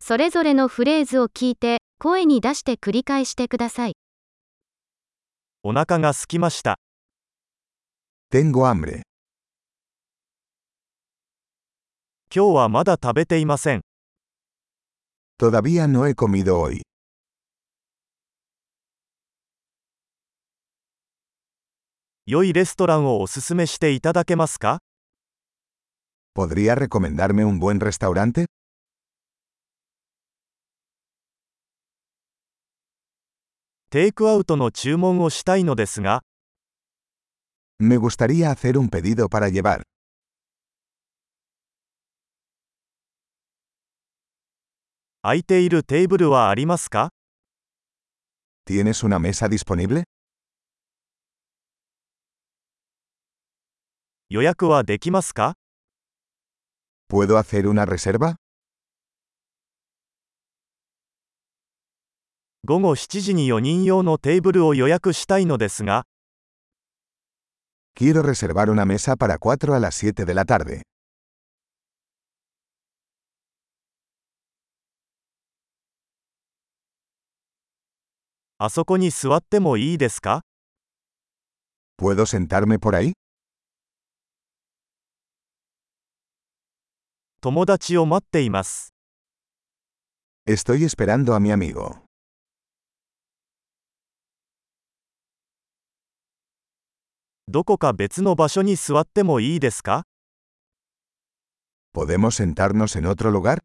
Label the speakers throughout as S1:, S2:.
S1: それぞれのフレーズを聞いて、声に出して繰り返してください。
S2: お腹が空きました。
S3: Tengo hambre.
S2: 今日はまだ食べていません。
S3: Todavía no he comido hoy.
S2: 良いレストランをおすすめしていただけますか
S3: ¿Podría recomendarme un buen restaurante?
S2: テイクアウトの注文をしたいのですが、
S3: Me gustaría hacer un pedido para llevar.
S2: 空いているテーブルはありますか
S3: ¿Tienes una mesa disponible?
S2: 予約はできますか
S3: ¿Puedo hacer una reserva?
S2: 午後7時に4人用のテーブルを予約したいのですが、
S3: Quiero reservar una mesa para 4 a las 7 de la tarde.
S2: あそこに座ってもいいですか
S3: ¿Puedo sentarme por ahí?
S2: 友達を待っています。
S3: Estoy esperando a mi amigo.
S2: どこか別の場所に座ってもいいですか
S3: ¿Podemos sentarnos en otro lugar?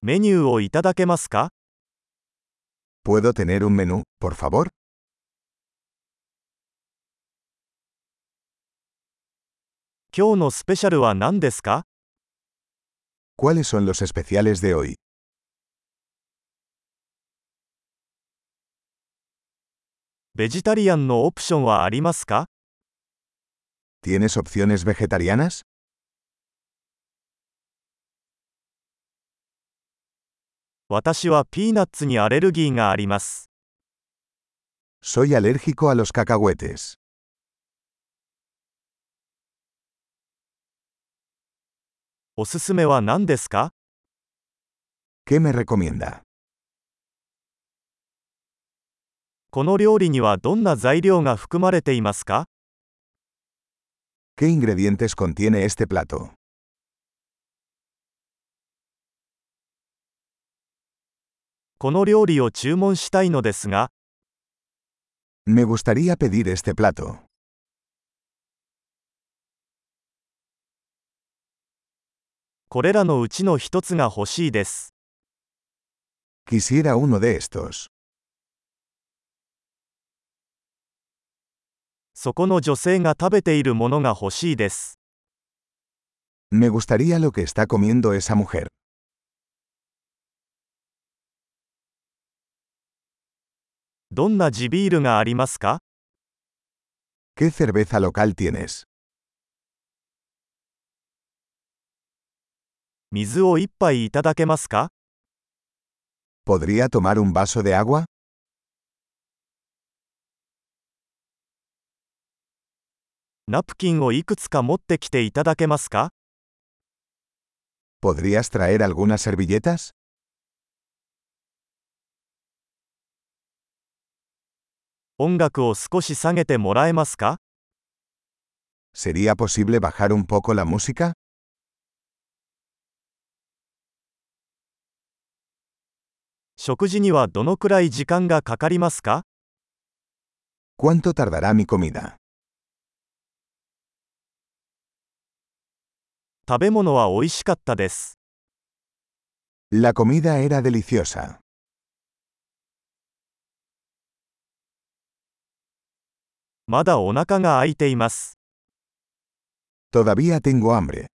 S2: メニューをいただけますか
S3: ¿Puedo tener un menú, por favor?
S2: 今日のスペシャルは何ですか
S3: ¿Cuáles son los especiales de hoy?
S2: ベジタリアンのオプションはありますか
S3: ¿Tienes opciones vegetarianas?
S2: 私はピーナッツにアレルギーがあります。
S3: Soy alérgico a los cacahuetes.
S2: おすすめは何ですか
S3: ¿Qué me recomienda?
S2: この料理にはどんな材料が含まれていますか
S3: ¿Qué ingredientes contiene este plato?
S2: この料理を注文したいのですが、
S3: Me gustaría pedir este plato.
S2: これらのうちの一つが欲しいです。
S3: Quisiera uno de estos.
S2: そこの女性が食べているものが欲しいです。
S3: Me gustaría lo que está comiendo esa mujer.
S2: どんな地ビールがありますか
S3: ¿Qué cerveza local tienes?
S2: 水を一杯いただけますか
S3: ¿Podría tomar un vaso de agua?
S2: ナプキンをいくつか持ってきていただけますか
S3: ¿Podrías traer algunas servilletas?
S2: 音楽を少し下げてもらえますか
S3: ¿Sería posible bajar un poco la música?
S2: 食事にはどのくらい時間がかかりますか
S3: ¿Cuánto tardará mi comida?
S2: 食べ物は美味しかったです。
S3: La comida era deliciosa.
S2: まだお腹が空いています。
S3: Todavía tengo hambre.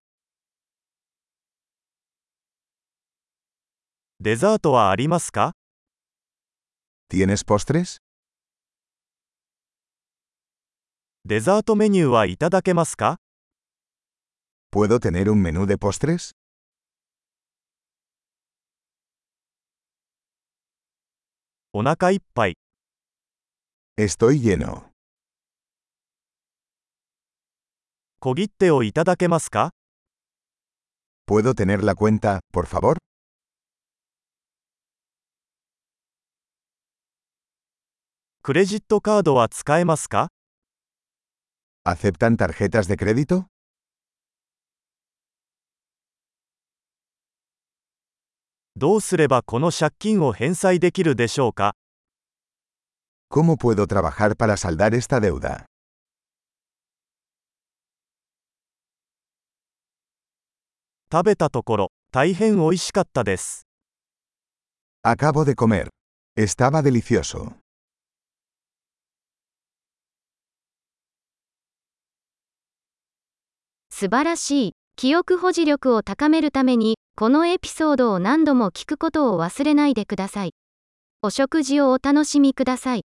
S2: デザートはありますか
S3: ¿Tienes postres?
S2: デザートメニューはいただけますか
S3: ¿Puedo tener un menú de postres?
S2: お腹いっぱい。
S3: Estoy lleno.
S2: 小切手をいただけますか
S3: ¿Puedo tener la cuenta, por favor?
S2: クレジットカードは使えますか
S3: ¿Aceptan tarjetas de crédito?
S2: どうすればこの借金を返済できるでしょうか
S3: ¿Cómo puedo trabajar para saldar esta deuda?
S2: 食べたところ、大変美味しかったです。
S3: Acabo de comer. Estaba delicioso.
S1: 素晴らしい。記憶保持力を高めるために、このエピソードを何度も聞くことを忘れないでください。お食事をお楽しみください。